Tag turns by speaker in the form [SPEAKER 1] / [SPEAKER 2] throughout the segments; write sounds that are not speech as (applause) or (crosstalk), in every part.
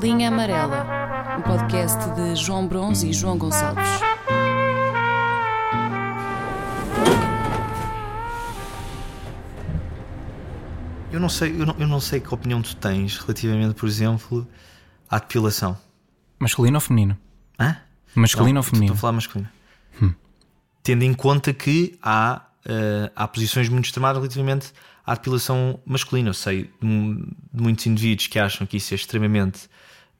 [SPEAKER 1] Linha Amarela, um podcast de João Bronze e João Gonçalves.
[SPEAKER 2] Eu não sei, eu não, eu não sei que opinião tu tens relativamente, por exemplo, à depilação.
[SPEAKER 3] Masculino ou feminino?
[SPEAKER 2] Hã?
[SPEAKER 3] Masculino
[SPEAKER 2] Não,
[SPEAKER 3] ou feminino? Hum.
[SPEAKER 2] Estou a falar masculino. Tendo em conta que há, eh, há posições muito extremadas relativamente à depilação masculina. Eu sei de mu- de muitos indivíduos que acham que isso é extremamente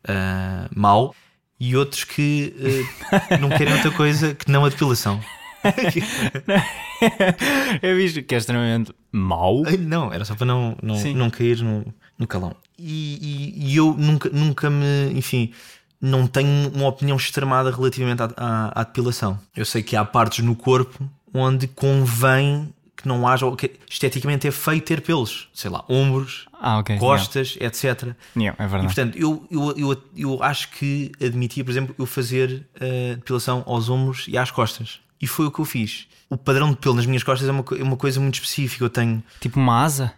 [SPEAKER 2] ah, mau e outros que
[SPEAKER 3] (laughs)
[SPEAKER 2] eh, não querem outra coisa que não a depilação.
[SPEAKER 3] (laughs) Eu visto que é extremamente mau.
[SPEAKER 2] Ai, Não, era só para não, não,
[SPEAKER 3] Sim.
[SPEAKER 2] não cair no, no calão. E, e- e eu nunca, nunca me. Enfim, não tenho uma opinião extremada relativamente à, à, à depilação. Eu sei que há partes no corpo onde convém que não haja. Que esteticamente é feio ter pelos. Sei lá, ombros,
[SPEAKER 3] Ah, ok.
[SPEAKER 2] costas, etc.
[SPEAKER 3] Não, não, é
[SPEAKER 2] E
[SPEAKER 3] verdade.
[SPEAKER 2] portanto, eu, eu, eu, eu acho que admitia, por exemplo, eu fazer eh, depilação aos ombros e às costas. E foi o que eu fiz. O padrão de pelo nas minhas costas é uma, co- é uma coisa muito específica. Eu tenho
[SPEAKER 3] Tipo uma asa?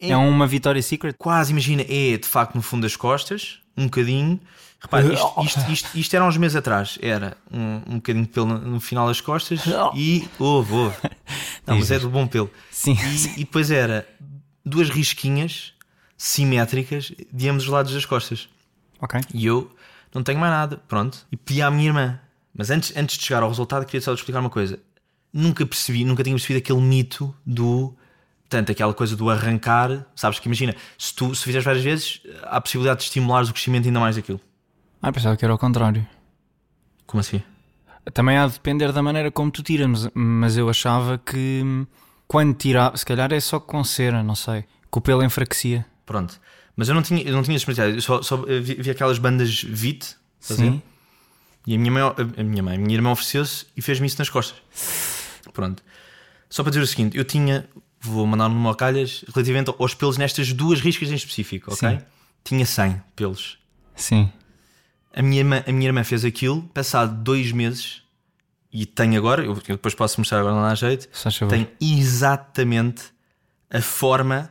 [SPEAKER 3] É, uma Vitória Secret?
[SPEAKER 2] quase, imagina, é de facto no fundo das costas, um bocadinho. Repare, isto, isto, isto, isto era uns meses atrás, era um, um bocadinho de pelo no, no final das costas e houve, houve. (laughs) Não, mas é do bom pelo.
[SPEAKER 3] Sim.
[SPEAKER 2] E, e depois era duas risquinhas simétricas de ambos os lados das costas.
[SPEAKER 3] (laughs) Ok.
[SPEAKER 2] E eu não tenho mais nada, pronto. E pedi à minha irmã. Mas antes, antes de chegar ao resultado, queria só te explicar uma coisa. Nunca percebi, nunca tinha percebido aquele mito do. Portanto, aquela coisa do arrancar. Sabes que imagina, se tu se fizeres várias vezes, há a possibilidade de estimulares o crescimento ainda mais daquilo.
[SPEAKER 3] Ah, pensava que era ao contrário.
[SPEAKER 2] Como assim?
[SPEAKER 3] Também há de depender da maneira como tu tiras, mas- mas eu achava que hum, quando tirava, se calhar é só com cera, não sei. Que o pelo enfraquecia.
[SPEAKER 2] Pronto. Mas eu não tinha, eu não tinha experimentado. Eu só, só eh, vi, vi aquelas bandas VIT. estás a ver?
[SPEAKER 3] Sim.
[SPEAKER 2] E a minha mãe, a minha, mãe, a minha irmã ofereceu-se e fez-me isso nas costas. Pronto. Só para dizer o seguinte, eu tinha, vou mandar-me uma calhas, relativamente aos pelos nestas duas riscas em específico, ok?
[SPEAKER 3] Sim.
[SPEAKER 2] Tinha 100 pelos.
[SPEAKER 3] Sim.
[SPEAKER 2] A minha, irmã, a minha irmã fez aquilo, passado dois meses, e tenho agora, eu, eu depois posso mostrar agora, não dá jeito,
[SPEAKER 3] Só favor.
[SPEAKER 2] tem exatamente a forma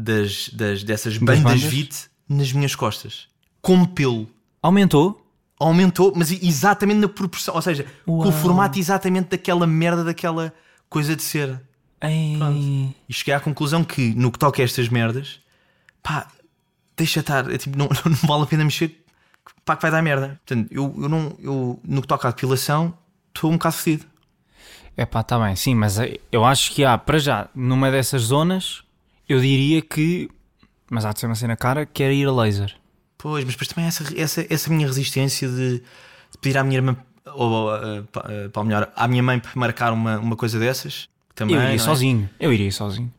[SPEAKER 2] das, das, dessas
[SPEAKER 3] Das
[SPEAKER 2] bandas,
[SPEAKER 3] bandas?
[SPEAKER 2] VIT nas minhas costas. Com pelo
[SPEAKER 3] Aumentou?
[SPEAKER 2] aumentou, mas exatamente na proporção, ou seja, com
[SPEAKER 3] Uau.
[SPEAKER 2] o formato exatamente daquela merda, daquela coisa de ser.
[SPEAKER 3] Ei.
[SPEAKER 2] E cheguei à conclusão que, no que toca a estas merdas, pá, deixa estar, é tipo, não, (laughs) não vale a pena mexer, pá, que vai dar merda. Portanto, eu, eu não, eu, no que toca à depilação, estou um bocado fedido.
[SPEAKER 3] É pá, está bem, sim, mas eh, eu acho que há, para já, numa dessas zonas, eu diria que. Mas há de ser uma cena cara, que era ir a laser.
[SPEAKER 2] Pois, mas depois também essa, essa, essa minha resistência de, de pedir à minha irmã, ou eh, pa- eh, para melhor, à minha mãe para marcar uma, uma coisa dessas, também.
[SPEAKER 3] eu iria
[SPEAKER 2] não é?
[SPEAKER 3] sozinho, eu iria sozinho.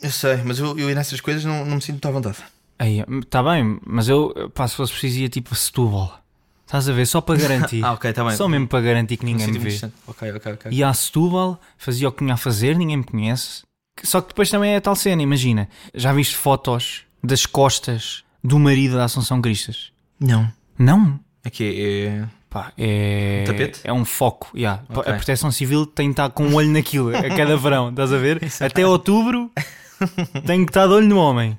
[SPEAKER 2] Eu sei, mas eu, eu nessas coisas não, não me sinto muito à vontade.
[SPEAKER 3] Aí, está bem, mas eu, pá, se fosse preciso, ia tipo a Setúbal. Estás a ver? Só para
[SPEAKER 2] (laughs)
[SPEAKER 3] garantir.
[SPEAKER 2] Ah, ok, está bem.
[SPEAKER 3] Só mesmo para garantir que
[SPEAKER 2] Um
[SPEAKER 3] ninguém me
[SPEAKER 2] sítio né? muito
[SPEAKER 3] vê.
[SPEAKER 2] distante. Ok, ok, ok.
[SPEAKER 3] Ia a Setúbal, fazia o que tinha a fazer, ninguém me conhece. Que- Só que depois também é a tal cena, imagina. Já viste fotos das costas do marido da Assunção Cristas?
[SPEAKER 2] Não.
[SPEAKER 3] Não?
[SPEAKER 2] Aqui é.
[SPEAKER 3] Pá, é.
[SPEAKER 2] Um tapete?
[SPEAKER 3] É um foco, yeah. Pa-
[SPEAKER 2] Ok.
[SPEAKER 3] A proteção civil tem que estar com um olho naquilo a cada verão, estás
[SPEAKER 2] (laughs)
[SPEAKER 3] a ver? Até outubro tem que estar de olho no homem.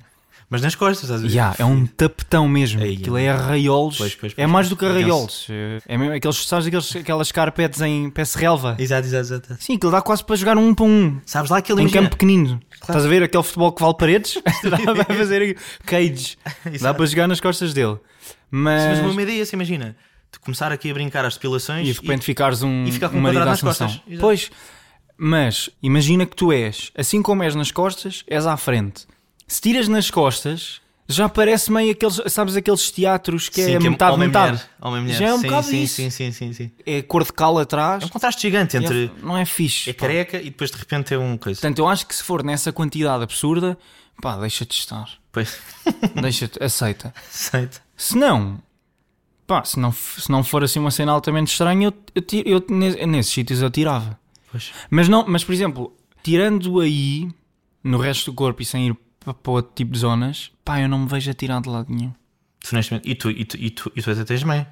[SPEAKER 2] Mas nas costas, estás a ver?
[SPEAKER 3] Yeah, é um tapetão mesmo.
[SPEAKER 2] Ei,
[SPEAKER 3] Aquilo é arraiolos.
[SPEAKER 2] Pois, pois, pois,
[SPEAKER 3] é mais do que
[SPEAKER 2] pois.
[SPEAKER 3] arraiolos. É mesmo aqueles, sabes, aqueles, aquelas carpetes em pé relva.
[SPEAKER 2] Exato, exato, exato.
[SPEAKER 3] Sim, aquilo dá quase para jogar um para um.
[SPEAKER 2] Sabes lá aquele
[SPEAKER 3] Em
[SPEAKER 2] imagina-
[SPEAKER 3] campo pequenino. Estás a ver aquele futebol que vale paredes? (laughs) dá
[SPEAKER 2] (laughs)
[SPEAKER 3] para fazer aqui- cages. dá
[SPEAKER 2] Exato.
[SPEAKER 3] para jogar nas costas dele.
[SPEAKER 2] Mas
[SPEAKER 3] Mas,
[SPEAKER 2] uma ideia, assim, imagina. De começar aqui a brincar às depilações
[SPEAKER 3] E de repente ficares um,
[SPEAKER 2] e ficar com
[SPEAKER 3] um
[SPEAKER 2] um
[SPEAKER 3] marido
[SPEAKER 2] quadrado
[SPEAKER 3] à
[SPEAKER 2] nas
[SPEAKER 3] Assunção.
[SPEAKER 2] costas. Exato.
[SPEAKER 3] Pois, mas imagina que tu és, assim como és nas costas, és à frente. Se tiras nas costas, já parece meio aqueles, sabes, aqueles teatros que
[SPEAKER 2] Sim,
[SPEAKER 3] é
[SPEAKER 2] que
[SPEAKER 3] metade,
[SPEAKER 2] homem e
[SPEAKER 3] metade.
[SPEAKER 2] mulher, homem e mulher.
[SPEAKER 3] Já é um
[SPEAKER 2] sim,
[SPEAKER 3] bocado
[SPEAKER 2] sim,
[SPEAKER 3] isso.
[SPEAKER 2] Sim, sim, sim, sim.
[SPEAKER 3] É cor de cal atrás.
[SPEAKER 2] É um contraste gigante entre.
[SPEAKER 3] É- não é fixe.
[SPEAKER 2] É
[SPEAKER 3] pá.
[SPEAKER 2] careca e depois de repente é um coisa.
[SPEAKER 3] Portanto, eu acho que se for nessa quantidade absurda, pá,
[SPEAKER 2] (laughs)
[SPEAKER 3] deixa-te estar.
[SPEAKER 2] Pois,
[SPEAKER 3] Deixa-te, aceita.
[SPEAKER 2] aceito.
[SPEAKER 3] Se não, pá, se não, f- se não for assim uma cena altamente estranha, eu, eu, ti- eu, ne- nesses sítios eu tirava.
[SPEAKER 2] Pois.
[SPEAKER 3] Mas não, mas por exemplo, tirando aí no resto do corpo e sem ir pa- para outro tipo de zonas, pá, eu não me vejo a tirar de lado nenhum.
[SPEAKER 2] Tu, neste momento- E tu, e tu, e tu, e tu até tens mãe.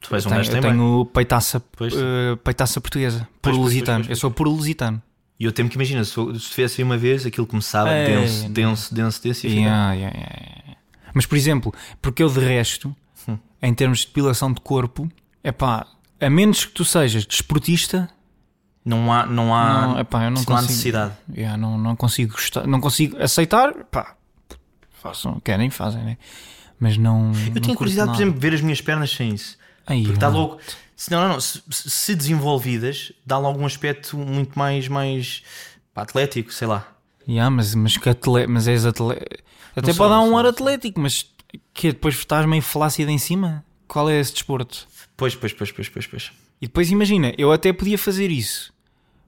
[SPEAKER 2] Tu és um
[SPEAKER 3] Tenho-
[SPEAKER 2] gajo que
[SPEAKER 3] eu
[SPEAKER 2] tem mãe.
[SPEAKER 3] tenho peitaça,
[SPEAKER 2] Pois.
[SPEAKER 3] eh, peitaça portuguesa, por
[SPEAKER 2] pois, pois,
[SPEAKER 3] lusitano.
[SPEAKER 2] pois,
[SPEAKER 3] Eu sou por lusitano.
[SPEAKER 2] E eu temo que imagina, se, eu- se tivesse aí uma vez, aquilo começava
[SPEAKER 3] Ei,
[SPEAKER 2] denso,
[SPEAKER 3] É, não.
[SPEAKER 2] denso, denso, denso e fica.
[SPEAKER 3] Yeah, yeah, yeah, yeah. Mas, por exemplo, porque eu de resto,
[SPEAKER 2] Hum.
[SPEAKER 3] em termos de depilação de corpo, é pá, a menos que tu sejas desportista,
[SPEAKER 2] Não há, não há,
[SPEAKER 3] não, epá, eu não
[SPEAKER 2] não há
[SPEAKER 3] consigo.
[SPEAKER 2] necessidade.
[SPEAKER 3] Yeah, não, não consigo gostar, não consigo aceitar, pá, façam, querem, fazem, né? Mas não.
[SPEAKER 2] Eu tinha curiosidade, por exemplo, de ver as minhas pernas sem isso.
[SPEAKER 3] Aí,
[SPEAKER 2] Porque dá logo. Se, não, não, não. Se, se- se desenvolvidas, dá logo um aspecto muito mais, mais pá, atlético, sei lá.
[SPEAKER 3] Yeah, mas, mas, que atle... mas és atleta. Até
[SPEAKER 2] sou,
[SPEAKER 3] pode dar
[SPEAKER 2] não
[SPEAKER 3] um
[SPEAKER 2] sou,
[SPEAKER 3] ar
[SPEAKER 2] não sou.
[SPEAKER 3] atlético, mas que é depois estás meio flácido em cima? Qual é esse desporto?
[SPEAKER 2] Pois, pois, pois, pois, pois, pois.
[SPEAKER 3] E depois imagina, eu até podia fazer isso.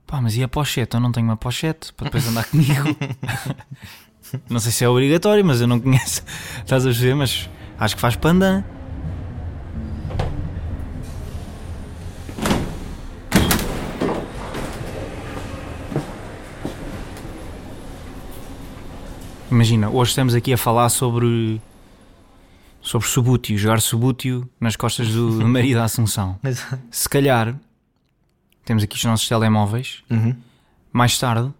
[SPEAKER 3] Pá, mas e a pochete? Eu não tenho uma pochete para depois andar comigo. (laughs) não sei se é obrigatório, mas eu não conheço. (laughs) Estás a ver, mas acho que faz panda. Imagina, hoje estamos aqui a falar sobre sobre subútil, jogar subútil nas costas do, do marido da Assunção
[SPEAKER 2] Mas- (laughs)
[SPEAKER 3] se calhar temos aqui os nossos telemóveis.
[SPEAKER 2] Uhum.
[SPEAKER 3] Mais tarde,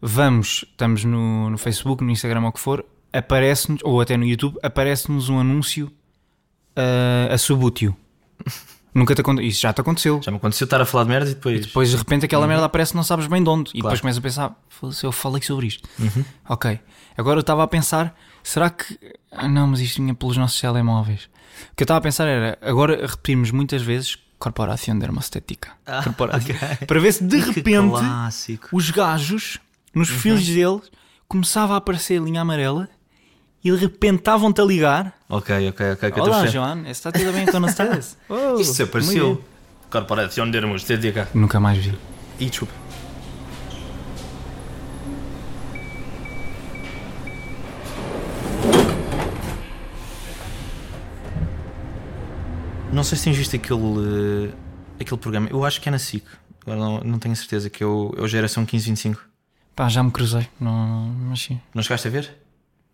[SPEAKER 3] vamos, estamos no, no Facebook, no Instagram, ou o que for, aparece-nos, ou até no YouTube, aparece-nos um anúncio ah, a subútil. (laughs) Nunca te aconteceu. Isso já te aconteceu.
[SPEAKER 2] Já me aconteceu estar a falar de merda e depois.
[SPEAKER 3] Depois de repente
[SPEAKER 2] Uhum.
[SPEAKER 3] aquela merda aparece, não sabes bem de onde. E depois começas a pensar, "Foda-se, eu falei sobre isto.
[SPEAKER 2] Uhum.
[SPEAKER 3] Ok. Agora eu estava a pensar, será que. Ah, não, mas isto vinha pelos nossos telemóveis. O que eu estava a pensar era, agora repetimos muitas vezes Corporación Dermostética.
[SPEAKER 2] Ah, ok.
[SPEAKER 3] (laughs) Para ver se
[SPEAKER 2] (laughs)
[SPEAKER 3] de repente
[SPEAKER 2] Clássico. Uhum.
[SPEAKER 3] os gajos, nos filhos deles, começava a aparecer a linha amarela e de repente estavam-te a ligar.
[SPEAKER 2] Ok, ok, ok. que eu estou
[SPEAKER 3] Olá,
[SPEAKER 2] a perceber.
[SPEAKER 3] João, está tudo bem então,
[SPEAKER 2] (laughs)
[SPEAKER 3] com vocês? Oh,
[SPEAKER 2] Isto se
[SPEAKER 3] muito
[SPEAKER 2] apareceu.
[SPEAKER 3] bem.
[SPEAKER 2] Corporação de Hermostética.
[SPEAKER 3] Nunca mais vi.
[SPEAKER 2] E desculpa. Não sei se tens visto aquele, eh, aquele programa. Eu acho que é na SIC. Agora não, não tenho certeza, que é o, é o Geração 1525.
[SPEAKER 3] Pá, já me cruzei. Não, mas sim.
[SPEAKER 2] Não chegaste a ver?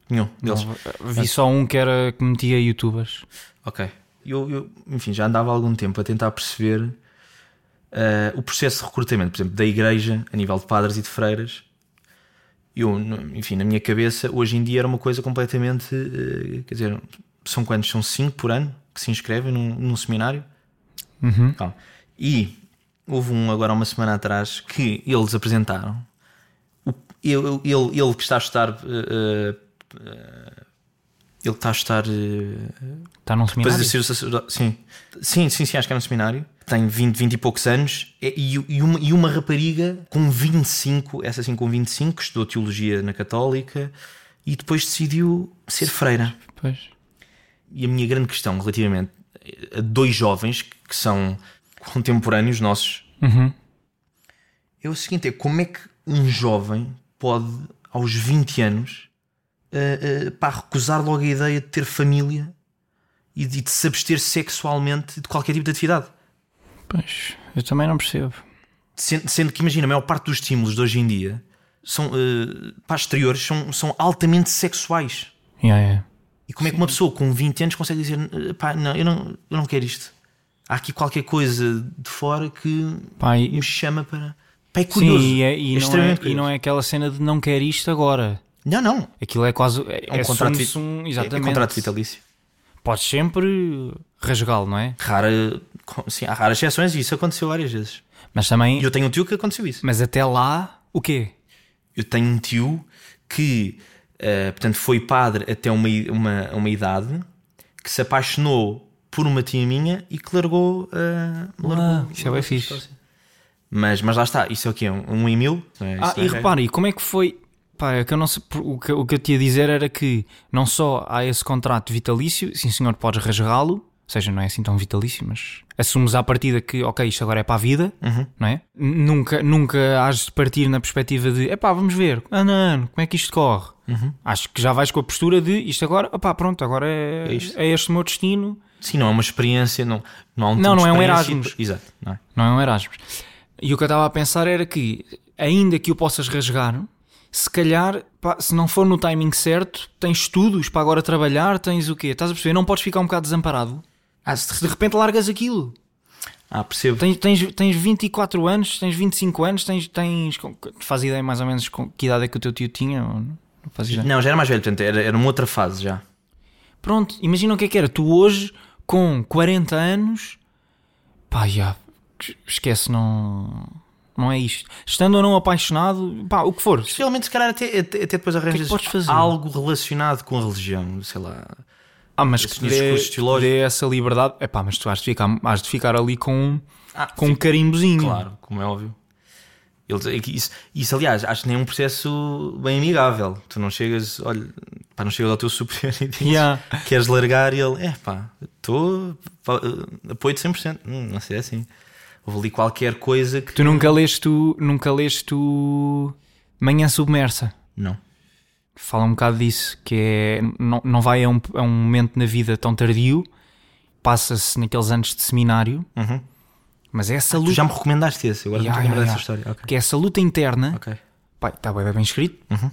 [SPEAKER 2] Nenhum deles.
[SPEAKER 3] Não,
[SPEAKER 2] eh,
[SPEAKER 3] vi só um que era que metia youtubers.
[SPEAKER 2] Ok. Eu, eu, enfim, já andava há algum tempo a tentar perceber eh, o processo de recrutamento, por exemplo, da igreja, a nível de padres e de freiras. Eu, n- enfim, na minha cabeça, hoje em dia era uma coisa completamente. eh, quer dizer, são quantos? São cinco por ano que se inscrevem num, num seminário. Calma. E houve um agora há uma semana atrás que eles apresentaram. O- ele, ele, ele que está a estudar. eh, eh, eh, ele que está a estudar. eh,
[SPEAKER 3] Está num
[SPEAKER 2] para
[SPEAKER 3] seminário.
[SPEAKER 2] exercer o sacerdócio. Sim. sim, sim, sim, acho que é no seminário. Tem 20, 20 e poucos anos. É- E, e uma, e uma rapariga com 25, essa sim com 25, que estudou teologia na Católica e depois decidiu ser freira.
[SPEAKER 3] Pois.
[SPEAKER 2] E a minha grande questão relativamente a dois jovens que são contemporâneos nossos
[SPEAKER 3] Uhum.
[SPEAKER 2] é o seguinte: é como é que um jovem pode, aos 20 anos, eh, eh, pá, recusar logo a ideia de ter família e de, de se abster sexualmente de qualquer tipo de atividade?
[SPEAKER 3] Pois. Eu também não percebo.
[SPEAKER 2] Sendo, sendo que, imagina, a maior parte dos estímulos de hoje em dia são, eh, pá, exteriores são, são altamente sexuais.
[SPEAKER 3] Yeah, yeah.
[SPEAKER 2] E como é que uma pessoa com 20 anos consegue dizer eh, pá, não, eu não, eu não quero isto? Há aqui qualquer coisa de fora que
[SPEAKER 3] Pá, e-
[SPEAKER 2] me chama para. Pá, é
[SPEAKER 3] sim,
[SPEAKER 2] curioso.
[SPEAKER 3] e, é- e
[SPEAKER 2] É
[SPEAKER 3] não é,
[SPEAKER 2] extremamente
[SPEAKER 3] e
[SPEAKER 2] curioso.
[SPEAKER 3] não é aquela cena de não quer isto agora.
[SPEAKER 2] Não, não.
[SPEAKER 3] Aquilo é quase. É,
[SPEAKER 2] É um
[SPEAKER 3] é
[SPEAKER 2] contrato,
[SPEAKER 3] sum-
[SPEAKER 2] vit-
[SPEAKER 3] sum-
[SPEAKER 2] é-
[SPEAKER 3] exatamente.
[SPEAKER 2] É, contrato vitalício.
[SPEAKER 3] Podes sempre rasgá-lo, não é?
[SPEAKER 2] Rara, com- sim, há raras exceções e isso aconteceu várias vezes.
[SPEAKER 3] Mas também.
[SPEAKER 2] E eu tenho um tio que aconteceu isso.
[SPEAKER 3] Mas até lá, o quê?
[SPEAKER 2] Eu tenho um tio que, eh, portanto, foi padre até uma, i- uma, uma idade que se apaixonou por uma tia minha e que largou. eh, largou-
[SPEAKER 3] Ah, isso é bem
[SPEAKER 2] largou-
[SPEAKER 3] fixe.
[SPEAKER 2] Mas, mas lá está, isso é o quê? Um, um em mil? Não é?
[SPEAKER 3] Ah,
[SPEAKER 2] Isso não
[SPEAKER 3] e
[SPEAKER 2] é regra.
[SPEAKER 3] repara, e como é que foi? Pá, é que eu não sei, por- o, que, o que eu te ia dizer era que não só há esse contrato vitalício, sim senhor, podes rasgá-lo, ou seja, não é assim tão vitalício, mas assumes à partida que, ok, isto agora é para a vida,
[SPEAKER 2] Uhum.
[SPEAKER 3] não é? N- Nunca, nunca has de partir na perspectiva de, epá, vamos ver, ano a ano, como é que isto corre?
[SPEAKER 2] Uhum.
[SPEAKER 3] Acho que já vais com a postura de, isto agora, opá, pronto, agora é,
[SPEAKER 2] É isto.
[SPEAKER 3] é este o meu destino,
[SPEAKER 2] Sim, não é uma experiência, não, não há um
[SPEAKER 3] Não,
[SPEAKER 2] tipo
[SPEAKER 3] não
[SPEAKER 2] de
[SPEAKER 3] é um
[SPEAKER 2] experiência e
[SPEAKER 3] Erasmus.
[SPEAKER 2] depois- Exato, não é?
[SPEAKER 3] não é um Erasmus. E o que eu estava a pensar era que, ainda que o possas rasgar, se calhar, pá, se não for no timing certo, tens estudos para agora trabalhar, tens o quê? Estás a perceber? Não podes ficar um bocado desamparado.
[SPEAKER 2] Ah,
[SPEAKER 3] Se de repente largas aquilo,
[SPEAKER 2] ah, percebo.
[SPEAKER 3] tens, tens, tens 24 anos, tens 25 anos, tens. tens com- faz ideia mais ou menos com que idade é que o teu tio tinha? Ou não? Não faz ideia.
[SPEAKER 2] Não, já era mais velho, portanto, era, era uma outra fase já.
[SPEAKER 3] Pronto, imagina o que é que era. Tu hoje, com 40 anos, pá, já, esquece, não. Não é isto. Estando ou não apaixonado, pá, o que for.
[SPEAKER 2] Especialmente, se calhar, até, até até depois
[SPEAKER 3] que é
[SPEAKER 2] arranjas
[SPEAKER 3] que podes fazer?
[SPEAKER 2] algo relacionado com a religião, sei lá.
[SPEAKER 3] Ah, mas
[SPEAKER 2] Esses
[SPEAKER 3] que dê,
[SPEAKER 2] discursos
[SPEAKER 3] que
[SPEAKER 2] teológicos.
[SPEAKER 3] dê essa liberdade. É pá, mas tu has de ficar, has de ficar ali com,
[SPEAKER 2] Ah,
[SPEAKER 3] com um carimbozinho.
[SPEAKER 2] Claro, como é óbvio. Eles, é que isso, isso, aliás, acho que nem é um processo bem amigável. Tu não chegas, olha, pá, não chegas ao teu superior e dizes
[SPEAKER 3] Yeah.
[SPEAKER 2] queres largar e ele, é pá, estou, apoio de 100%. Hum, não sei, é assim. Houve ali qualquer coisa que.
[SPEAKER 3] Tu nunca leste tu, nunca leste tu Manhã Submersa.
[SPEAKER 2] Não.
[SPEAKER 3] Fala um bocado disso, que é não, não vai a um, a um momento na vida tão tardio, passa-se naqueles anos de seminário,
[SPEAKER 2] Uhum.
[SPEAKER 3] mas é essa
[SPEAKER 2] Ah, Tu
[SPEAKER 3] luta,
[SPEAKER 2] já me recomendaste esse, agora não estou
[SPEAKER 3] Yeah,
[SPEAKER 2] a lembrar
[SPEAKER 3] yeah,
[SPEAKER 2] dessa história. Ok.
[SPEAKER 3] que é essa luta interna,
[SPEAKER 2] Ok.
[SPEAKER 3] pá, está bem, bem escrito,
[SPEAKER 2] Uhum.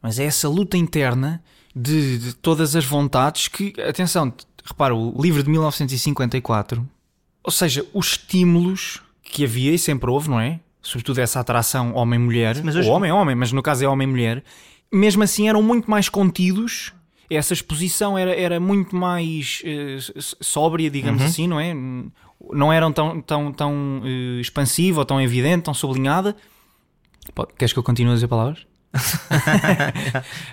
[SPEAKER 3] mas é essa luta interna de, de todas as vontades que, atenção, t- repara, o livro de 1954, ou seja, os estímulos que havia e sempre houve, não é? Sobretudo essa atração homem-mulher,
[SPEAKER 2] mas hoje-
[SPEAKER 3] ou homem-homem, mas no caso é homem-mulher, mesmo assim eram muito mais contidos, essa exposição era, era muito mais eh, s- sóbria, digamos
[SPEAKER 2] Uhum.
[SPEAKER 3] assim, não é? Não eram tão, tão, tão eh, expansiva, ou tão evidente, tão sublinhada. Pá, Queres que eu continue a dizer palavras?
[SPEAKER 2] (laughs)
[SPEAKER 3] (laughs)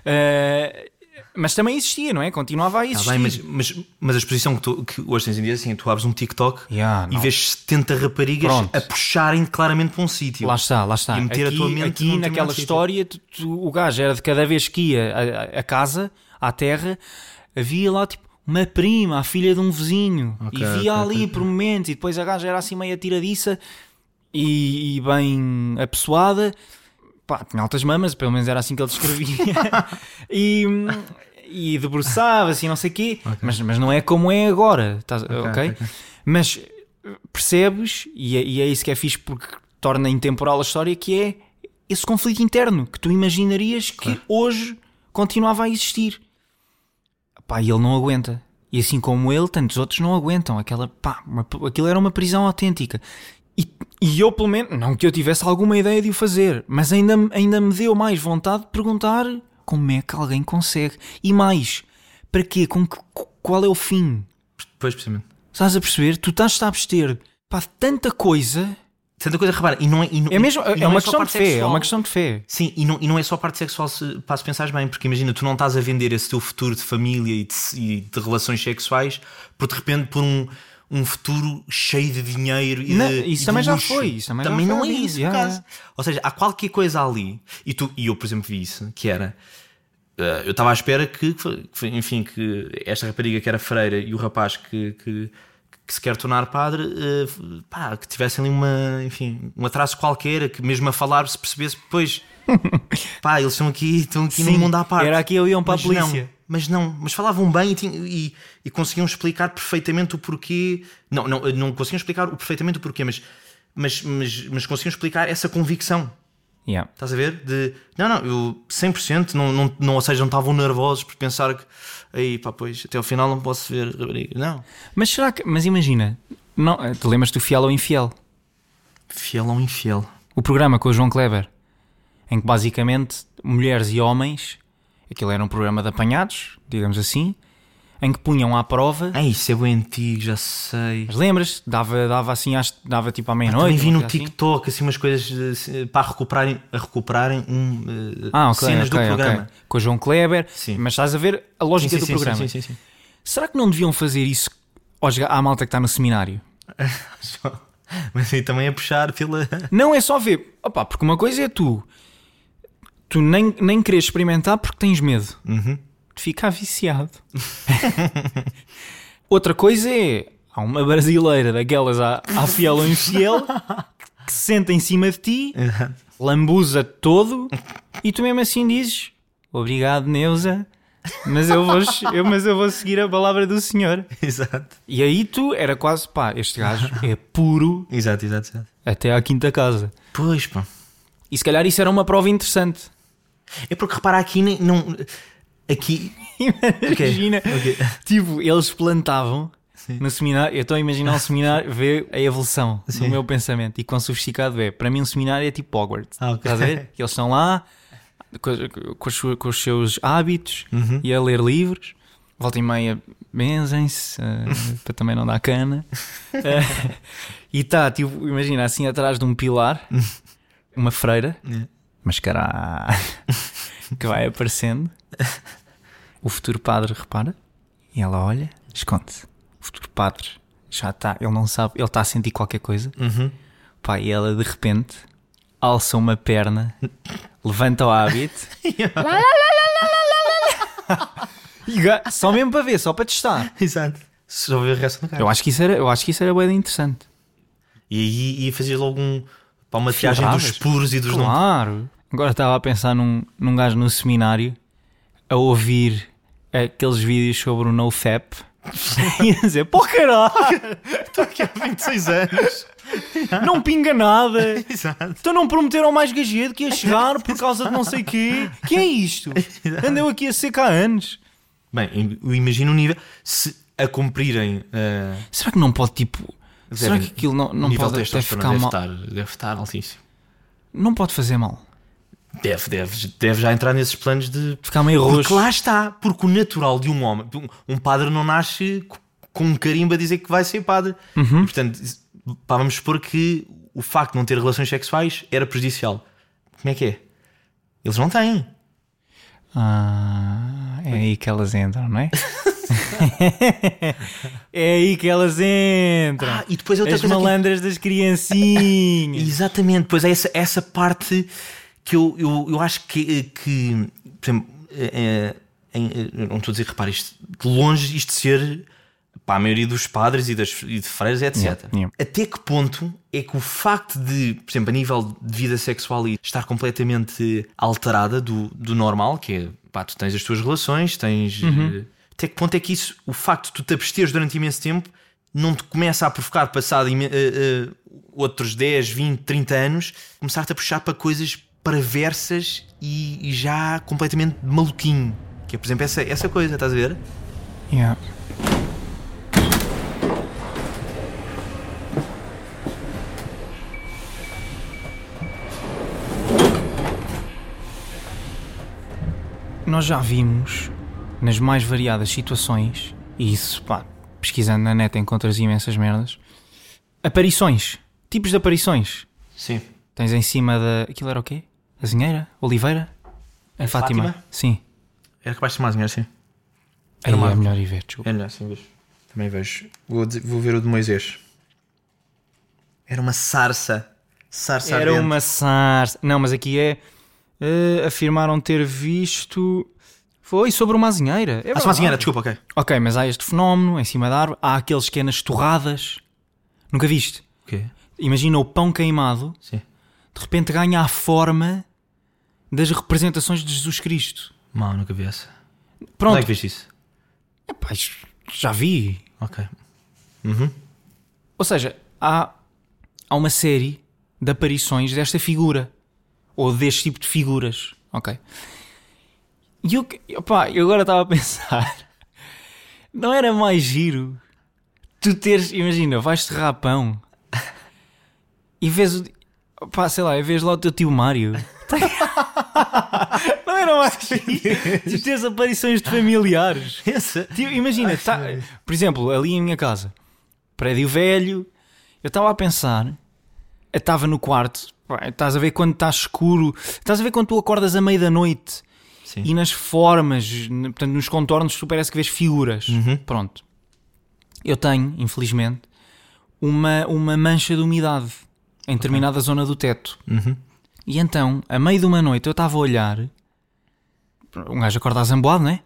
[SPEAKER 3] Eh, mas também existia, não é? Continuava a
[SPEAKER 2] Tá
[SPEAKER 3] existir.
[SPEAKER 2] bem, mas, mas, mas a exposição que, tu- que hoje tens em dia, assim, tu abres um TikTok
[SPEAKER 3] Yeah,
[SPEAKER 2] e
[SPEAKER 3] não.
[SPEAKER 2] vês 70 raparigas
[SPEAKER 3] Pronto.
[SPEAKER 2] a puxarem claramente para um sítio.
[SPEAKER 3] Lá está, lá está.
[SPEAKER 2] E meter a
[SPEAKER 3] aqui,
[SPEAKER 2] tua mente
[SPEAKER 3] aqui
[SPEAKER 2] num determinado
[SPEAKER 3] naquela
[SPEAKER 2] sítio.
[SPEAKER 3] história, tu- tu- o gajo era de cada vez que ia a- a, a casa, à terra, havia lá tipo uma prima, a filha de um vizinho,
[SPEAKER 2] Ok,
[SPEAKER 3] e via
[SPEAKER 2] ok,
[SPEAKER 3] ali por momentos, e depois a gaja era assim meio atiradiça e, e bem apessoada. Pá, tinha altas mamas, pelo menos era assim que ele
[SPEAKER 2] (laughs)
[SPEAKER 3] descrevia. (laughs) e. E debruçava-se e não sei o quê, mas, mas não é como é agora, estás- ok?
[SPEAKER 2] ok.
[SPEAKER 3] Mas eh, percebes, e é, e é isso que é fixe porque torna intemporal a história, que é esse conflito interno que tu imaginarias que hoje continuava a existir. Pá, e ele não aguenta. E assim como ele, tantos outros não aguentam. Aquela, pá, uma- aquilo era uma prisão autêntica. E, e eu, pelo menos, não que eu tivesse alguma ideia de o fazer, mas ainda, me- ainda me deu mais vontade de perguntar como é que alguém consegue. E mais, para quê? Com que- qual é o fim?
[SPEAKER 2] Pois, precisamente.
[SPEAKER 3] Estás a perceber? Tu estás a abster pá, de tanta coisa.
[SPEAKER 2] Tanta coisa, repara, e não é. E não,
[SPEAKER 3] É, mesmo,
[SPEAKER 2] e
[SPEAKER 3] é,
[SPEAKER 2] não
[SPEAKER 3] uma
[SPEAKER 2] só
[SPEAKER 3] questão de
[SPEAKER 2] parte
[SPEAKER 3] fé, é
[SPEAKER 2] sexual.
[SPEAKER 3] uma questão de fé.
[SPEAKER 2] Sim, e não, e não é só parte sexual se, pá, se pensares bem, porque imagina, tu não estás a vender esse teu futuro de família e de, e de relações sexuais por de repente por um, um futuro cheio de dinheiro e
[SPEAKER 3] Não,
[SPEAKER 2] de-
[SPEAKER 3] isso
[SPEAKER 2] e de
[SPEAKER 3] também já
[SPEAKER 2] luxo.
[SPEAKER 3] foi, isso também já
[SPEAKER 2] não
[SPEAKER 3] foi
[SPEAKER 2] é
[SPEAKER 3] horrível,
[SPEAKER 2] isso,
[SPEAKER 3] yeah,
[SPEAKER 2] por acaso. Ou seja, há qualquer coisa ali, e, tu, e eu, por exemplo, vi isso, que era. eh, eu estava à espera que, que, enfim, que esta rapariga que era freira e o rapaz que, que, que se quer tornar padre, eh, pá, que tivessem ali uma, enfim, um atraso qualquer, que mesmo a falar se percebesse,
[SPEAKER 3] (laughs)
[SPEAKER 2] pois, pá, eles estão aqui, estão aqui num mundo à parte.
[SPEAKER 3] Era aqui eu iam para
[SPEAKER 2] Mas
[SPEAKER 3] a polícia.
[SPEAKER 2] Não, mas não, mas falavam bem e, tinham- e- e conseguiam explicar perfeitamente o porquê. Não, não, não conseguiam explicar o- perfeitamente o porquê, mas, mas, mas, mas conseguiam explicar essa convicção.
[SPEAKER 3] Yeah.
[SPEAKER 2] Estás a ver? De não, não, eu 100%, não, não, não, ou seja, não estavam nervosos por pensar que aí pá, pois até ao final não posso ver rapariga. Não,
[SPEAKER 3] Mas será que. Mas imagina, não, tu lembras do Fiel ou Infiel?
[SPEAKER 2] fiel ou infiel.
[SPEAKER 3] O programa com o João Kleber, em que basicamente mulheres e homens, aquilo era um programa de apanhados, digamos assim, em que punham à prova.
[SPEAKER 2] Ah, isso é bem antigo, já sei.
[SPEAKER 3] Mas lembras? Dava, dava assim, às- dava tipo à
[SPEAKER 2] Ah,
[SPEAKER 3] meia-noite.
[SPEAKER 2] Também vi
[SPEAKER 3] uma
[SPEAKER 2] no
[SPEAKER 3] coisa assim.
[SPEAKER 2] TikTok assim umas coisas eh, assim, para recuperarem, a recuperarem um, eh,
[SPEAKER 3] Ah, ok,
[SPEAKER 2] cenas
[SPEAKER 3] ok,
[SPEAKER 2] do
[SPEAKER 3] ok.
[SPEAKER 2] programa. é
[SPEAKER 3] Com o João Kleber,
[SPEAKER 2] Sim.
[SPEAKER 3] mas estás a ver a lógica do programa.
[SPEAKER 2] Sim, sim, sim.
[SPEAKER 3] Será que não deviam fazer isso aos ga- à malta que está no seminário?
[SPEAKER 2] Só- Mas aí também é puxar pela.
[SPEAKER 3] Não é só ver. Opa, porque uma coisa é tu. Tu nem, nem queres experimentar porque tens medo de ficar viciado. (laughs) Outra coisa é. Há uma brasileira daquelas à, à (laughs) fiel ou infiel que se senta em cima de ti, lambuza todo e tu mesmo assim dizes: Obrigado, Neuza, mas eu vou, eu- mas eu vou seguir a palavra do senhor.
[SPEAKER 2] (laughs) exato.
[SPEAKER 3] E aí tu era quase, pá, este gajo é puro
[SPEAKER 2] Exato, exato, exato.
[SPEAKER 3] até à quinta casa.
[SPEAKER 2] Pois, pá.
[SPEAKER 3] E se calhar isso era uma prova interessante.
[SPEAKER 2] É porque repara aqui nem. Não... Aqui.
[SPEAKER 3] (laughs) Imagina,
[SPEAKER 2] ok.
[SPEAKER 3] (laughs) tipo, eles plantavam no seminário. Eu estou
[SPEAKER 2] (laughs)
[SPEAKER 3] a imaginar um seminário, ver a evolução
[SPEAKER 2] Sim.
[SPEAKER 3] do meu pensamento e quão sofisticado é. Para mim, um seminário é tipo Hogwarts.
[SPEAKER 2] Ah, ok.
[SPEAKER 3] Estás
[SPEAKER 2] (laughs)
[SPEAKER 3] a ver? Eles
[SPEAKER 2] Uhum.
[SPEAKER 3] estão lá com, as- com as suas- com os seus hábitos e a ler livros. volta e meia benzem-se eh,
[SPEAKER 2] (laughs)
[SPEAKER 3] para também não dar cana. Eh, e está, tipo, imagina, assim atrás de
[SPEAKER 2] (laughs)
[SPEAKER 3] um pilar, uma freira,
[SPEAKER 2] É.
[SPEAKER 3] mas caralho, (laughs) que vai
[SPEAKER 2] (laughs)
[SPEAKER 3] aparecendo. O futuro padre repara e ela olha, esconde-se. O futuro padre já está, ele não sabe, ele está a sentir qualquer coisa.
[SPEAKER 2] Uhum.
[SPEAKER 3] Pá, e ela de repente alça uma perna, levanta o hábito. E ga- só mesmo para ver, só para testar.
[SPEAKER 2] (laughs) Exato. Só ver a reação do cara.
[SPEAKER 3] Eu acho que isso era, eu acho que isso era bem interessante.
[SPEAKER 2] E aí ia fazer logo um, para uma triagem
[SPEAKER 3] Filtravas.
[SPEAKER 2] dos puros e dos não.
[SPEAKER 3] Claro. Agora estava a pensar num, num gajo no seminário a ouvir aqueles vídeos sobre o NoFap (laughs) e a dizer: Pô, caralho,
[SPEAKER 2] (laughs) Estou aqui há 26
[SPEAKER 3] (laughs)
[SPEAKER 2] anos.
[SPEAKER 3] não pinga nada.
[SPEAKER 2] Exato.
[SPEAKER 3] Então não prometeram mais
[SPEAKER 2] (laughs)
[SPEAKER 3] gajedo que ia chegar por causa de não sei quê. Que é isto? Andeu aqui a seca há anos.
[SPEAKER 2] Bem, im- eu imagino o nível. Se a cumprirem eh,
[SPEAKER 3] Será que não pode, tipo. será
[SPEAKER 2] Devem-
[SPEAKER 3] que aquilo não, não
[SPEAKER 2] nível
[SPEAKER 3] pode
[SPEAKER 2] de
[SPEAKER 3] até
[SPEAKER 2] testosterona,
[SPEAKER 3] ficar
[SPEAKER 2] deve
[SPEAKER 3] mal?
[SPEAKER 2] estar, deve estar altíssimo.
[SPEAKER 3] Não pode fazer mal.
[SPEAKER 2] Deve, deve, deve já entrar nesses planos de.
[SPEAKER 3] Ficar meio roxo.
[SPEAKER 2] Porque lá está, porque o natural de um homem, um, um padre não nasce co- com um carimbo a dizer que vai ser padre. E, portanto, pá, vamos supor que o facto de não ter relações sexuais era prejudicial. Como é que é? Eles não têm.
[SPEAKER 3] Ah, é aí que elas
[SPEAKER 2] (laughs)
[SPEAKER 3] entram, não é? é aí que elas entram.
[SPEAKER 2] Ah, e depois outra
[SPEAKER 3] As
[SPEAKER 2] coisa. que-
[SPEAKER 3] malandras das criancinhas.
[SPEAKER 2] Exatamente, pois é essa, essa parte que eu, eu, eu acho que, eh, que por exemplo, eh, eh, em- eh, eu não estou a dizer, repare, isto, de longe isto de ser para a maioria dos padres e, das, e de freiras, etc.
[SPEAKER 3] Yeah, yeah.
[SPEAKER 2] Até que ponto é que o facto de, por exemplo, a nível de vida sexual e estar completamente alterada do, do normal, que é pá, tu tens as tuas relações, tens.
[SPEAKER 3] Uhum.
[SPEAKER 2] eh, Até que ponto é que isso, o facto de tu te absteres durante imenso tempo, não te começa a provocar, passado imen- eh, eh, outros 10, 20, 30 anos, começar-te a puxar para coisas perversas e, e já completamente maluquinho. Que é, por exemplo, essa, essa coisa, estás a ver?
[SPEAKER 3] Yeah. Nós já vimos nas mais variadas situações, e isso, pá, pesquisando na net encontras imensas merdas, aparições, tipos de aparições.
[SPEAKER 2] Sim.
[SPEAKER 3] Tens em cima da. Aquilo era o quê? Azinheira? Oliveira? A Fátima?
[SPEAKER 2] Fátima?
[SPEAKER 3] Sim.
[SPEAKER 2] Era capaz de ser mais melhor, sim.
[SPEAKER 3] Aí
[SPEAKER 2] uma
[SPEAKER 3] é
[SPEAKER 2] árvore.
[SPEAKER 3] melhor ir ver, desculpa.
[SPEAKER 2] É melhor, sim, vejo. Também vejo. Vou, dizer- vou ver o de Moisés. Era uma sarça. Sarça
[SPEAKER 3] Era
[SPEAKER 2] ardente.
[SPEAKER 3] uma sarça. Não, mas aqui é. eh, afirmaram ter visto. Foi sobre uma azinheira. É
[SPEAKER 2] Ah,
[SPEAKER 3] verdade.
[SPEAKER 2] uma senhora, desculpa, ok.
[SPEAKER 3] Ok, mas há este fenómeno em cima da árvore. Há aqueles que é nas torradas. Nunca viste?
[SPEAKER 2] Ok,
[SPEAKER 3] Imagina o pão queimado.
[SPEAKER 2] sim.
[SPEAKER 3] De repente ganha a forma das representações de Jesus Cristo.
[SPEAKER 2] Mal, nunca vi essa. Onde é que
[SPEAKER 3] Pronto.
[SPEAKER 2] viste isso?
[SPEAKER 3] Epá, isto já vi.
[SPEAKER 2] Ok.
[SPEAKER 3] Ou seja, há, há uma série de aparições desta figura. Ou deste tipo de figuras. Ok. E eu, que- opá, eu agora estava a pensar. (laughs) Não era mais giro tu teres. Imagina, vais serrar pão e vês o. Opá, sei lá, e vês lá o teu tio Mário. Não era mais giro tu teres aparições de familiares.
[SPEAKER 2] (laughs) Essa?
[SPEAKER 3] Tipo, imagina, tá- por exemplo, ali em minha casa, prédio velho, eu estava a pensar, eu estava no quarto, pá, estás a ver quando está escuro, estás a ver quando tu acordas à meia da noite
[SPEAKER 2] Sim.
[SPEAKER 3] e nas formas, n- portanto, nos contornos, tu parece que vês figuras. Pronto. Eu tenho, infelizmente, uma, uma mancha de umidade em determinada zona do teto. E então, a meio de uma noite, eu estava a olhar. Um gajo acorda azamboado, né?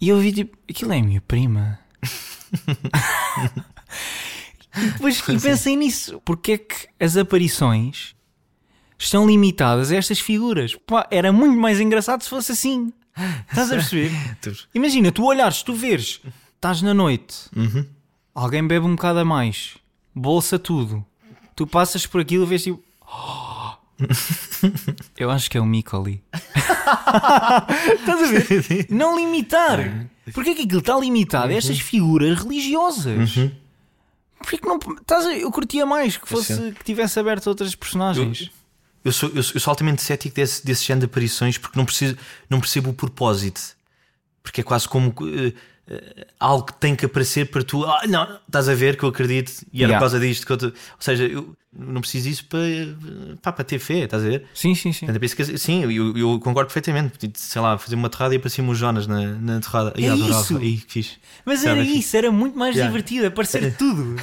[SPEAKER 3] E eu vi tipo, aquilo é a minha prima. e depois e pensei nisso. Porque é que as aparições estão limitadas a estas figuras? Pá, era muito mais engraçado se fosse assim. Estás a
[SPEAKER 2] (laughs)
[SPEAKER 3] perceber? Imagina, tu olhares, tu veres, estás na noite,
[SPEAKER 2] Uhum.
[SPEAKER 3] alguém bebe um bocado a mais, bolsa tudo, tu passas por aquilo e vês tipo. "Oh, Eu acho que é o mico ali. Estás a
[SPEAKER 2] (laughs)
[SPEAKER 3] ver? Não
[SPEAKER 2] É.
[SPEAKER 3] limitar. Porquê que aquilo está limitado
[SPEAKER 2] Uhum.
[SPEAKER 3] a estas figuras religiosas? Porquê que não. Estás a- Eu curtia mais que, fosse, que tivesse aberto outras personagens.
[SPEAKER 2] É Eu sou, eu, sou, eu sou altamente cético desse, desse género de aparições porque não, preciso, não percebo o propósito. Porque é quase como. eh, eh, algo que tem que aparecer para tu. Ah, não, estás a ver que eu acredito e era
[SPEAKER 3] Yeah.
[SPEAKER 2] por causa disto que eu. te- Ou seja, eu não preciso disso para, pá, para ter fé, estás a ver?
[SPEAKER 3] Sim, sim, sim.
[SPEAKER 2] Portanto, é por isso que- sim, eu, eu concordo perfeitamente. Podia, Sei lá, fazer uma terrada e aparecia-me o Jonas na, na terrada. E
[SPEAKER 3] É
[SPEAKER 2] adorava.
[SPEAKER 3] isso!
[SPEAKER 2] E que fixe.
[SPEAKER 3] Mas
[SPEAKER 2] Sabe,
[SPEAKER 3] era
[SPEAKER 2] assim.
[SPEAKER 3] isso, era muito mais
[SPEAKER 2] Yeah.
[SPEAKER 3] divertido, aparecer
[SPEAKER 2] (laughs)
[SPEAKER 3] tudo.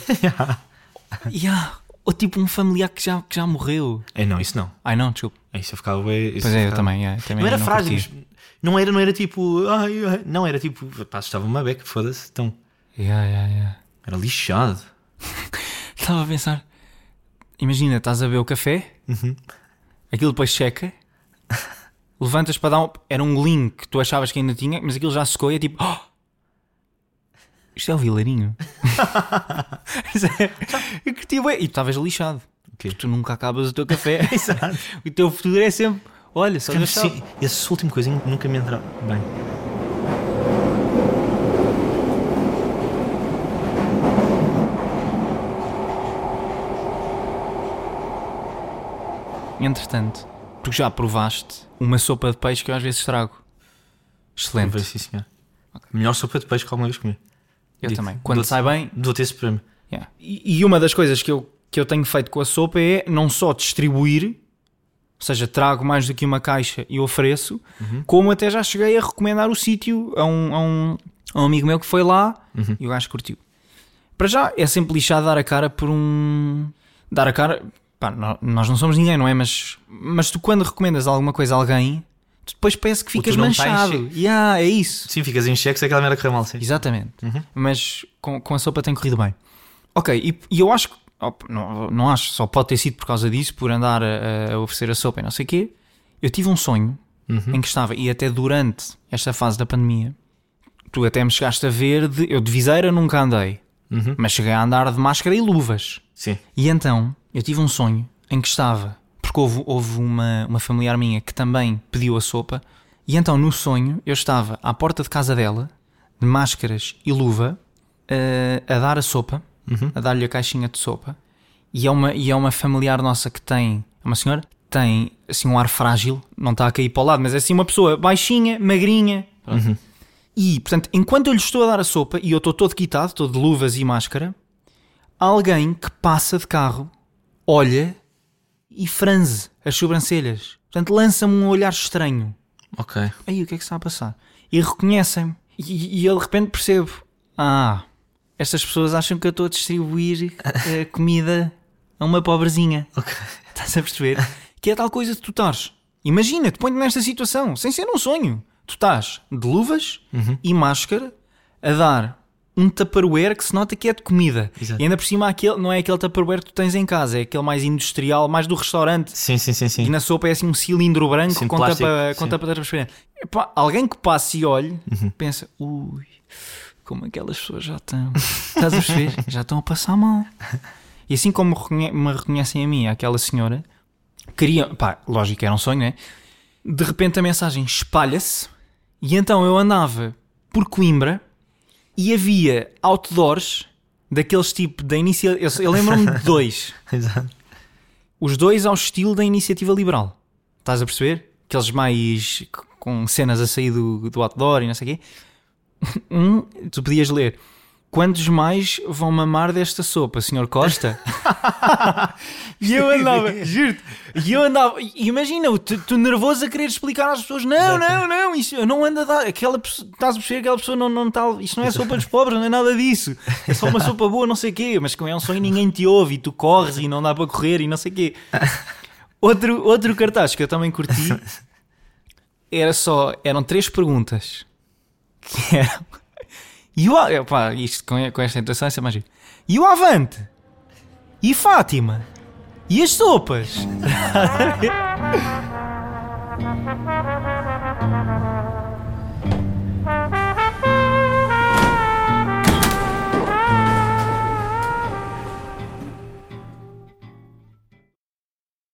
[SPEAKER 3] Yeah. Ou tipo um familiar que já, que já morreu.
[SPEAKER 2] É, não, isso não.
[SPEAKER 3] Ai não, desculpa.
[SPEAKER 2] É, Isso eu ficava. bué- Isso
[SPEAKER 3] Pois é, eu
[SPEAKER 2] ficava-
[SPEAKER 3] também. yeah, também
[SPEAKER 2] Não era
[SPEAKER 3] não
[SPEAKER 2] frágil.
[SPEAKER 3] curtia.
[SPEAKER 2] mas Não era, não era tipo. Ai, ai, não, era tipo. Pá, estava uma beca, foda-se. Então,
[SPEAKER 3] Yeah, yeah, yeah.
[SPEAKER 2] era lixado.
[SPEAKER 3] Estava a pensar. Imagina, estás a beber o café, aquilo depois checa, levantas para dar um. Era um link que tu achavas que ainda tinha, mas aquilo já secou e é tipo. "Oh! Isto é o vilarinho. é, Eu curtia bué. E tu estavas lixado.
[SPEAKER 2] Ok.
[SPEAKER 3] Porque tu nunca acabas o teu café.
[SPEAKER 2] (laughs)
[SPEAKER 3] (laughs)
[SPEAKER 2] Exato.
[SPEAKER 3] o teu futuro é sempre. Olha, só
[SPEAKER 2] Cara,
[SPEAKER 3] deixar.
[SPEAKER 2] sim, esse último coisinho nunca me entrava. Bem.
[SPEAKER 3] Entretanto, tu já provaste uma sopa de peixe que eu às vezes estrago. Excelente.
[SPEAKER 2] Foi sim, senhor. Melhor sopa de peixe que alguma vez comi.
[SPEAKER 3] Eu
[SPEAKER 2] Dito.
[SPEAKER 3] também. Quando
[SPEAKER 2] Doce.
[SPEAKER 3] sai bem,
[SPEAKER 2] Dou-te esse prémio.
[SPEAKER 3] Yeah. E, e uma das coisas que eu, que eu tenho feito com a sopa é não só distribuir, ou seja, trago mais do que uma caixa e ofereço,
[SPEAKER 2] Uhum.
[SPEAKER 3] como até já cheguei a recomendar o sítio a um, a, um, a um amigo meu que foi lá
[SPEAKER 2] Uhum.
[SPEAKER 3] e o gajo curtiu. Para já é sempre lixado dar a cara por um. Dar a cara. Pá, nó- nós não somos ninguém, não é? Mas, mas tu quando recomendas alguma coisa a alguém, tu depois parece que
[SPEAKER 2] Ou tu
[SPEAKER 3] ficas
[SPEAKER 2] não tens-
[SPEAKER 3] manchado. Yeah, é isso.
[SPEAKER 2] Sim, ficas em cheque, sei que ela merda correu mal, sim.
[SPEAKER 3] Exatamente. Mas com, com a sopa tem corrido bem. Ok, e, e eu acho que. op, não, não acho, só pode ter sido por causa disso, por andar a, a oferecer a sopa e não sei o quê. Eu tive um sonho em que estava, e até durante esta fase da pandemia, tu até me chegaste a ver, de, eu de viseira nunca andei, mas cheguei a andar de máscara e luvas.
[SPEAKER 2] Sim.
[SPEAKER 3] E então, eu tive um sonho em que estava, porque houve, houve uma, uma familiar minha que também pediu a sopa, e então no sonho eu estava à porta de casa dela, de máscaras e luva, eh, a dar a sopa, a dar-lhe a caixinha de sopa, e é, uma, e é uma familiar nossa que tem, é uma senhora, tem assim um ar frágil, não está a cair para o lado, mas é assim uma pessoa baixinha, magrinha. E, portanto, enquanto eu lhe estou a dar a sopa, e eu estou todo quitado, estou de luvas e máscara, alguém que passa de carro olha e franze as sobrancelhas. Portanto, lança-me um olhar estranho.
[SPEAKER 2] Ok.
[SPEAKER 3] Aí, o que é que está a passar? E reconhecem-me. E, e eu de repente percebo: Ah, estas pessoas acham que eu estou a distribuir eh, comida a uma pobrezinha.
[SPEAKER 2] Ok.
[SPEAKER 3] Estás a perceber? Que é tal coisa de tu estás. Imagina, te ponho nesta situação, sem ser um sonho. Tu estás de luvas e máscara a dar um tupperware que se nota que é de comida.
[SPEAKER 2] Exato.
[SPEAKER 3] E ainda por cima aquele, não é aquele tupperware que tu tens em casa, é aquele mais industrial, mais do restaurante.
[SPEAKER 2] Sim, sim, sim,
[SPEAKER 3] E
[SPEAKER 2] sim.
[SPEAKER 3] na sopa é assim um cilindro branco
[SPEAKER 2] Sim,
[SPEAKER 3] com
[SPEAKER 2] plástico,
[SPEAKER 3] tapa, com
[SPEAKER 2] sim. Uhum.
[SPEAKER 3] tapa transparente. Epá, alguém que passe e olhe, pensa, ui, como aquelas pessoas já estão. (laughs) Estás a perceber? já estão a passar mal. E assim como reconhe- me reconhecem a mim, aquela senhora, queria, pá, lógico, era um sonho, né? De repente a mensagem espalha-se e então eu andava por Coimbra e havia outdoors daqueles tipo da iniciativa. Eu, eu lembro-me
[SPEAKER 2] (laughs)
[SPEAKER 3] de dois.
[SPEAKER 2] (laughs) Exato.
[SPEAKER 3] Os dois ao estilo da iniciativa liberal. Estás a perceber? Aqueles mais c- com cenas a sair do, do outdoor e não sei o quê. (laughs) Um, tu podias ler. Quantos mais vão mamar desta sopa, Sr. Costa? e eu andava, juro-te, e eu andava, e imagina, tu, tu nervoso a querer explicar às pessoas: não, não, não, isso, eu não ando a dar, aquela pessoa, estás a perceber, aquela pessoa não, não tal, isto não é sopa dos pobres, não é nada disso, é só uma sopa boa, não sei o quê, mas como é um sonho, ninguém te ouve, e tu corres e não dá para correr e não sei o quê. Outro, outro cartaz que eu também curti era só, eram três perguntas que eram. E o, A- pá, isto com, com esta intenção isso é mais giro. E o Avante? E Fátima? E as sopas?